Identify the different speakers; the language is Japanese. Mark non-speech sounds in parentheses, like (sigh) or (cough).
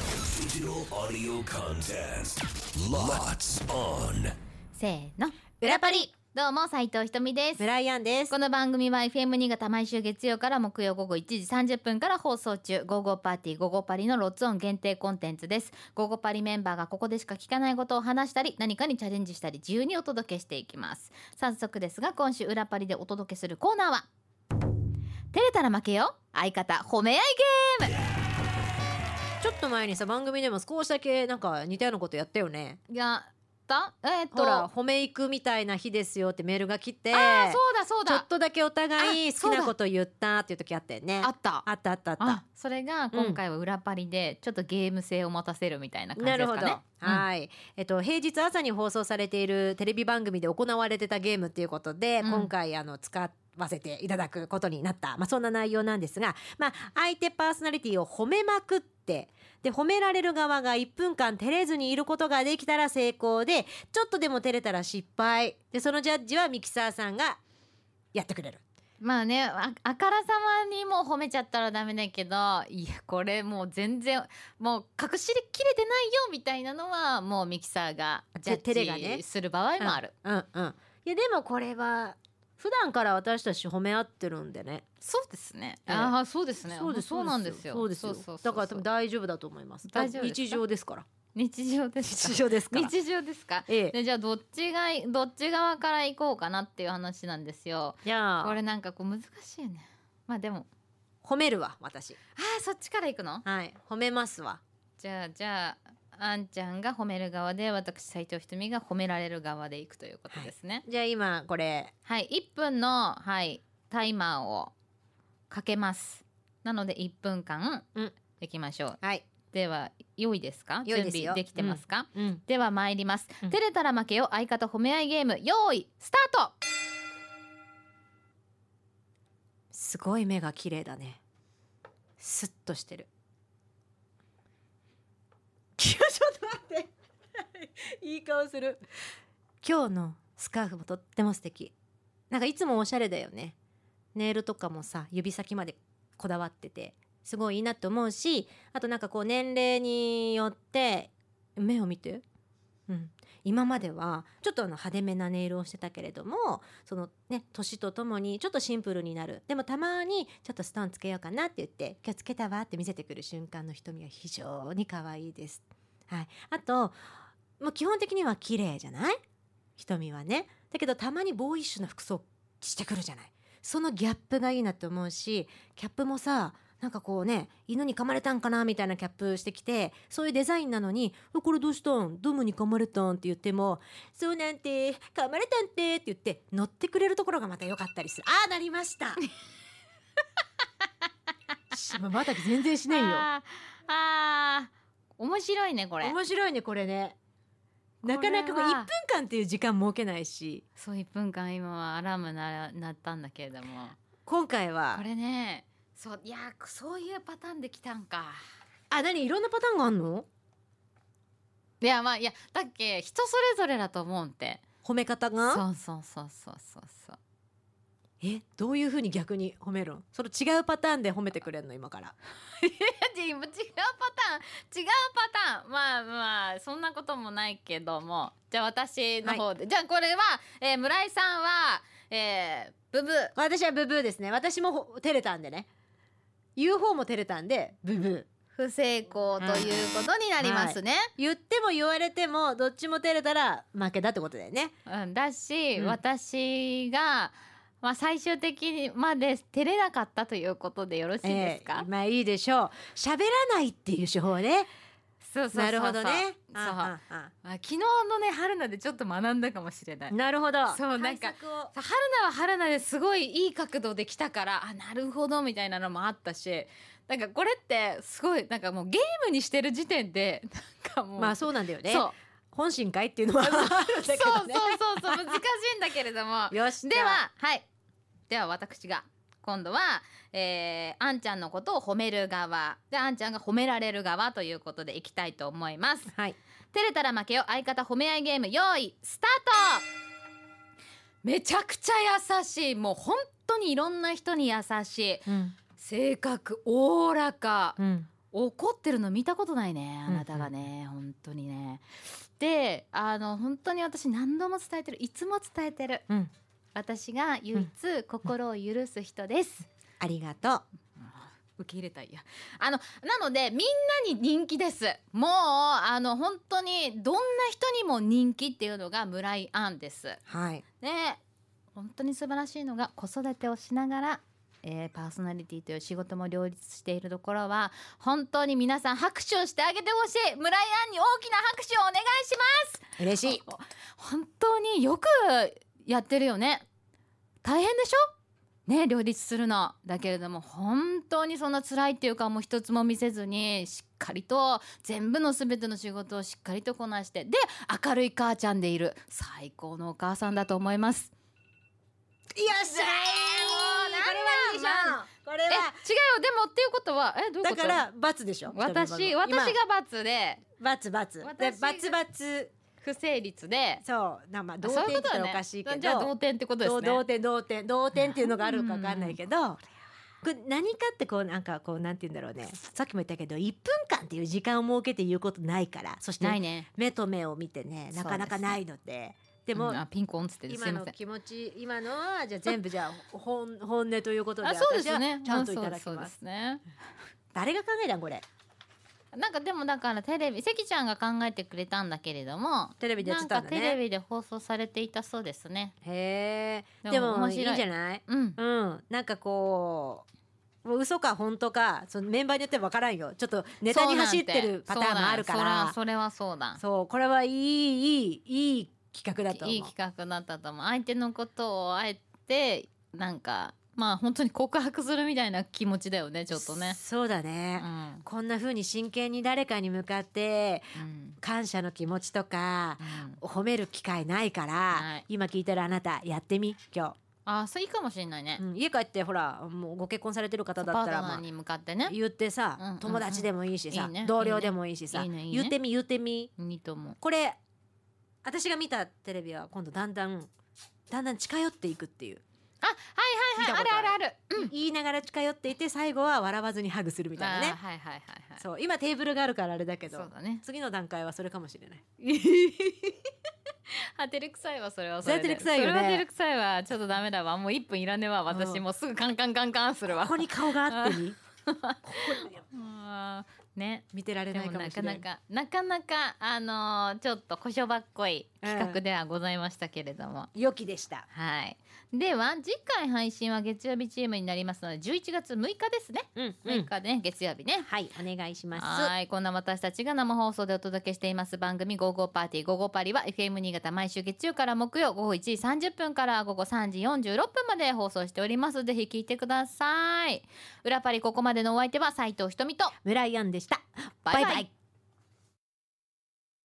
Speaker 1: Digital audio contest. Lots on.
Speaker 2: せーの裏パリどうも斉藤ひとみです
Speaker 3: ブライアンです。
Speaker 2: この番組は FM 新潟毎週月曜から木曜午後1時30分から放送中「午後パーティー午後パリ」のロッツオン限定コンテンツです午後パリメンバーがここでしか聞かないことを話したり何かにチャレンジしたり自由にお届けしていきます早速ですが今週裏パリでお届けするコーナーは「照れたら負けよ相方褒め合いゲーム
Speaker 3: ちょっと前にさ番組でも少しだけなんか似たようなことやったよね。」
Speaker 2: やったえーっと
Speaker 3: ほら褒めいくみたいな日ですよってメールが来て、
Speaker 2: あーそうだそう
Speaker 3: ちょ
Speaker 2: だ
Speaker 3: っとだけお互い
Speaker 2: あ
Speaker 3: 好きなこと言ったっていう時あったよね。
Speaker 2: あった
Speaker 3: あったあったあった。
Speaker 2: あそれが今回は裏パリでちょっとゲーム性を持たせるみたいな感じ
Speaker 3: な
Speaker 2: で
Speaker 3: る
Speaker 2: す
Speaker 3: ほ
Speaker 2: か
Speaker 3: ど、
Speaker 2: ね。
Speaker 3: はい、えっと平日朝に放送されているテレビ番組で行われてたゲームっていうことで、
Speaker 2: うん
Speaker 3: 今回あの使わせていただくことになった、まあ、そんな内容なんですが、まあ、相手パーソナリティを褒めまくってで褒められる側が1分間照れずにいることができたら成功でちょっとでも照れたら失敗でそのジャッジはミキサーさんがやってくれる。
Speaker 2: まあねああからさまにもう褒めちゃったらダメだけどいやこれもう全然もう隠しきれてないよみたいなのはもうミキサーがジャ
Speaker 3: て照れが
Speaker 2: ッジ
Speaker 3: ね
Speaker 2: する場合もある。
Speaker 3: うんうん、いやでもこれは普段から私たち褒め合ってるんでね
Speaker 2: そうですね。
Speaker 3: ええ
Speaker 2: ああそうですね。
Speaker 3: そうです
Speaker 2: そうなんですよ。
Speaker 3: そうです
Speaker 2: そ
Speaker 3: よ
Speaker 2: うそうそう
Speaker 3: だから多分大丈夫だと思います。
Speaker 2: 大丈夫ですか
Speaker 3: 日常ですから。
Speaker 2: (laughs) 日常ですか。
Speaker 3: 常です
Speaker 2: 日常ですか。
Speaker 3: ええ。
Speaker 2: でじゃあどっちがどっち側から行こうかなっていう話なんですよ。
Speaker 3: じゃ
Speaker 2: こ
Speaker 3: あ
Speaker 2: れなんかこう難しいね。まあでも
Speaker 3: 褒めるわ私。
Speaker 2: ああそっちから行くの？
Speaker 3: はい褒めますわ。
Speaker 2: じゃあじゃああんちゃんが褒める側で私斉藤ひとみが褒められる側でいくということですね
Speaker 3: じゃあ今これ
Speaker 2: はい、1分のはいタイマーをかけますなので1分間
Speaker 3: うん
Speaker 2: いきましょう、
Speaker 3: はい。
Speaker 2: では良いですか
Speaker 3: 良いですよ
Speaker 2: 準備できてますか、
Speaker 3: うん。
Speaker 2: では参ります、
Speaker 3: うん
Speaker 2: 照れたら負けよ相方褒め合いゲーム用意スタート
Speaker 3: すごい目が綺麗だね。スッとしてる。 (laughs) ちょっと待って。 (laughs) いい顔する。今日のスカーフもとっても素敵。なんかいつもおしゃれだよね。ネイルとかもさ指先までこだわっててすごいいいなと思うしあとなんかこう年齢によって目を見て、うん、今まではちょっとあの派手めなネイルをしてたけれどもそのね年とともにちょっとシンプルになるでもたまにちょっとストーンつけようかなって言って「今日つけたわ」って見せてくる瞬間の瞳は非常に可愛いです。はい、あともう基本的には綺麗じゃない瞳はねだけどたまにボーイッシュな服装してくるじゃないそのギャップがいいなと思うしキャップもさなんかこうね犬に噛まれたんかなみたいなキャップしてきてそういうデザインなのに「えこれどうしたんドムに噛まれたん?」って言っても「そうなんて噛まれたんて」って言って乗ってくれるところがまた良かったりするああなりましたし (laughs) また全然しないよ
Speaker 2: あーあー面白いねこれ
Speaker 3: 面白いねこれね
Speaker 2: これ
Speaker 3: な
Speaker 2: は
Speaker 3: かなかこう1分間っていう時間設けないし
Speaker 2: そう1分間今はアラームな鳴ったんだけれども
Speaker 3: 今回は
Speaker 2: これねそういやそういうパターンできたんか
Speaker 3: あ何いろんなパターンがあんの
Speaker 2: いやまあいやだっけ人それぞれだと思うんて
Speaker 3: 褒め方
Speaker 2: そ
Speaker 3: が
Speaker 2: うそうそうそうそうそう
Speaker 3: えどういうふうに逆に褒めるんその違うパターンで褒めてくれるの今から
Speaker 2: いや違うパターン違うパターンまあまあそんなこともないけどもじゃあ私の方で、じゃあこれは、えー村井さんは、えーブブー
Speaker 3: 私はブブーですね私もほ照れたんでね言う方も照れたんでブブー
Speaker 2: 不成功ということになりますね、
Speaker 3: 言っても言われてもどっちも照れたら負けだってことだよね
Speaker 2: うん、だし、
Speaker 3: うん
Speaker 2: 私が、まあ、最終的にまで照れなかったということでよろしいですか
Speaker 3: え、ーまあいいでしょう喋らないっていう手法ね
Speaker 2: そうそうそうそう
Speaker 3: なるほどね
Speaker 2: そう
Speaker 3: あああ
Speaker 2: あ昨日のね春菜でちょっと学んだかもしれない。
Speaker 3: なるほど
Speaker 2: そうなんか
Speaker 3: 対策を
Speaker 2: さ春菜は春菜ですごいいい角度で来たからあなるほどみたいなのもあったしなんかこれってすごいなんかもうゲームにしてる時点でなんかもう、
Speaker 3: まあそうなんだよね
Speaker 2: そう
Speaker 3: 本心かいっていうのはあるん
Speaker 2: そ
Speaker 3: だ
Speaker 2: う
Speaker 3: け
Speaker 2: そう
Speaker 3: どね
Speaker 2: そうそう難しいんだけれども
Speaker 3: (laughs) よし
Speaker 2: でははいでは私が今度は、えー、あんちゃんのことを褒める側であんちゃんが褒められる側ということでいきたいと思います。
Speaker 3: はい
Speaker 2: 照れたら負けよ相方褒め合いゲーム用意スタートめちゃくちゃ優しいもう本当にいろんな人に優しい
Speaker 3: うん
Speaker 2: 性格おおらか
Speaker 3: うん
Speaker 2: 怒ってるの見たことないねあなたがね、本当にねであの本当に私何度も伝えてるいつも伝えてる
Speaker 3: うん、
Speaker 2: 私が唯一心を許す人です、
Speaker 3: ありがとう。
Speaker 2: 受け入れたいやあのなのでみんなに人気ですもうあの本当にどんな人にも人気っていうのが村井杏です
Speaker 3: はい。
Speaker 2: ね本当に素晴らしいのが子育てをしながら、えーパーソナリティという仕事も両立しているところは本当に皆さん拍手をしてあげてほしい村井杏に大きな拍手をお願いします
Speaker 3: 嬉しい。
Speaker 2: お本当によくやってるよね大変でしょね両立するのだけれども本当にそんな辛いっていう顔も一つも見せずにしっかりと全部の全ての仕事をしっかりとこなしてで明るい母ちゃんでいる最高のお母さんだと思いますもうなん
Speaker 3: いらっしゃい。
Speaker 2: なん
Speaker 3: もうこれ
Speaker 2: え違う
Speaker 3: は
Speaker 2: よでもっていうことはえどういう
Speaker 3: だ
Speaker 2: こと
Speaker 3: から罰でしょ。
Speaker 2: 私私が罰で
Speaker 3: 罰罰。で
Speaker 2: 私が
Speaker 3: 罰罰
Speaker 2: 不成立で
Speaker 3: そうなまあ
Speaker 2: あ
Speaker 3: 同
Speaker 2: そう
Speaker 3: 点
Speaker 2: いう
Speaker 3: っ
Speaker 2: こと
Speaker 3: て
Speaker 2: だ
Speaker 3: 言ったら
Speaker 2: ね
Speaker 3: おかしいけ
Speaker 2: じゃあ
Speaker 3: ど
Speaker 2: 同。点ってことですね
Speaker 3: 同点同点同点っていうのがあるかわかんないけど。これ何かってこうなんかこうなんて言うんだろうねさっきも言ったけど1分間っていう時間を設けて言うことないからそして
Speaker 2: ないね
Speaker 3: 目と目を見てねなかなかないのででも、
Speaker 2: うんあピンコンっつってす
Speaker 3: 今
Speaker 2: いま
Speaker 3: の
Speaker 2: せん
Speaker 3: 気持ち今のはじゃあ全部じゃあ
Speaker 2: (laughs)
Speaker 3: 本本音ということで
Speaker 2: あそうですね
Speaker 3: 私はちゃんといただ
Speaker 2: うん
Speaker 3: き
Speaker 2: そうそう
Speaker 3: ま
Speaker 2: ですすね
Speaker 3: 誰が考えたんこれ
Speaker 2: なんかでもだからテレビ関ちゃんが考えてくれたんだけれども
Speaker 3: テレビでやってたんだ
Speaker 2: な
Speaker 3: ね
Speaker 2: んかテレビで放送されていたそうですね
Speaker 3: へえ
Speaker 2: でも
Speaker 3: でも
Speaker 2: 面
Speaker 3: いい
Speaker 2: 白い
Speaker 3: んじゃない
Speaker 2: うん
Speaker 3: うんなんかこうもう嘘か本当かそのメンバーによってわからんよちょっとネタに走ってるパターンもあるか
Speaker 2: そうなん
Speaker 3: ら
Speaker 2: それはそうだ
Speaker 3: そうこれはいいいいいい企画だと思う
Speaker 2: いい企画だったと思う相手のことをあえてなんかまあ本当に告白するみたいな気持ちだよねちょっとね
Speaker 3: そうだ
Speaker 2: う
Speaker 3: ね、
Speaker 2: ん
Speaker 3: こんな風に真剣に誰かに向かって
Speaker 2: うん
Speaker 3: 感謝の気持ちとか
Speaker 2: うん
Speaker 3: 褒める機会ないから、
Speaker 2: はい
Speaker 3: 今聞いてるあなたやってみ今
Speaker 2: あそれいいかもしれないね
Speaker 3: 日、うん、家帰ってほらもうご結婚されてる
Speaker 2: パ
Speaker 3: 方
Speaker 2: ー
Speaker 3: だ
Speaker 2: ト
Speaker 3: ったら、
Speaker 2: ナー
Speaker 3: まあ、
Speaker 2: に向かってね
Speaker 3: 言ってさ、
Speaker 2: うんうんうん
Speaker 3: 友達でもいいしさ
Speaker 2: いいね
Speaker 3: 同僚でもいいしさ
Speaker 2: いいねいいね
Speaker 3: 言ってみ言ってみ
Speaker 2: いいと思う
Speaker 3: これ私が見たテレビは今度だんだんだんだん近寄っていくっていう、
Speaker 2: あはいはいはいあ
Speaker 3: 見
Speaker 2: る
Speaker 3: た
Speaker 2: あ
Speaker 3: こと
Speaker 2: る
Speaker 3: あ
Speaker 2: ある
Speaker 3: 言いながら近寄っていて最後は笑わずにハグするみた
Speaker 2: あ
Speaker 3: いな
Speaker 2: ー
Speaker 3: ね
Speaker 2: はいはいはいはい
Speaker 3: そう今テーブルがあるからあれだけど
Speaker 2: そうだ (laughs) ね
Speaker 3: 次の段階はそれかもしれない
Speaker 2: あ照れくさいわそれはそれで
Speaker 3: それは照れくさいよね
Speaker 2: それは照れくさいわちょっとダメだわもう一分いらねえわ私
Speaker 3: うん
Speaker 2: もうすぐカンカンカンカンするわ
Speaker 3: ここに顔があって
Speaker 2: (laughs)
Speaker 3: みここに
Speaker 2: あーね
Speaker 3: 見てられ
Speaker 2: で
Speaker 3: ない
Speaker 2: も
Speaker 3: かも
Speaker 2: な
Speaker 3: しれ
Speaker 2: か
Speaker 3: な
Speaker 2: ないかなかなかあのーちょっと小商ばっこい企画ではございましたけれども、
Speaker 3: 良きでした
Speaker 2: はいでは次回配信は月曜日チームになりますので11月6日ですね
Speaker 3: うん
Speaker 2: 6日ね、月曜日ね
Speaker 3: はいお願いします
Speaker 2: はい、こんな私たちが生放送でお届けしています番組55パーティー55パリは FM 新潟毎週月曜から木曜午後1時30分から午後3時46分まで放送しております。ぜひ聞いてください。裏パリここまでのお相手は斉藤ひとみと
Speaker 3: 村井アンでした
Speaker 2: バイバイ
Speaker 3: バイバイ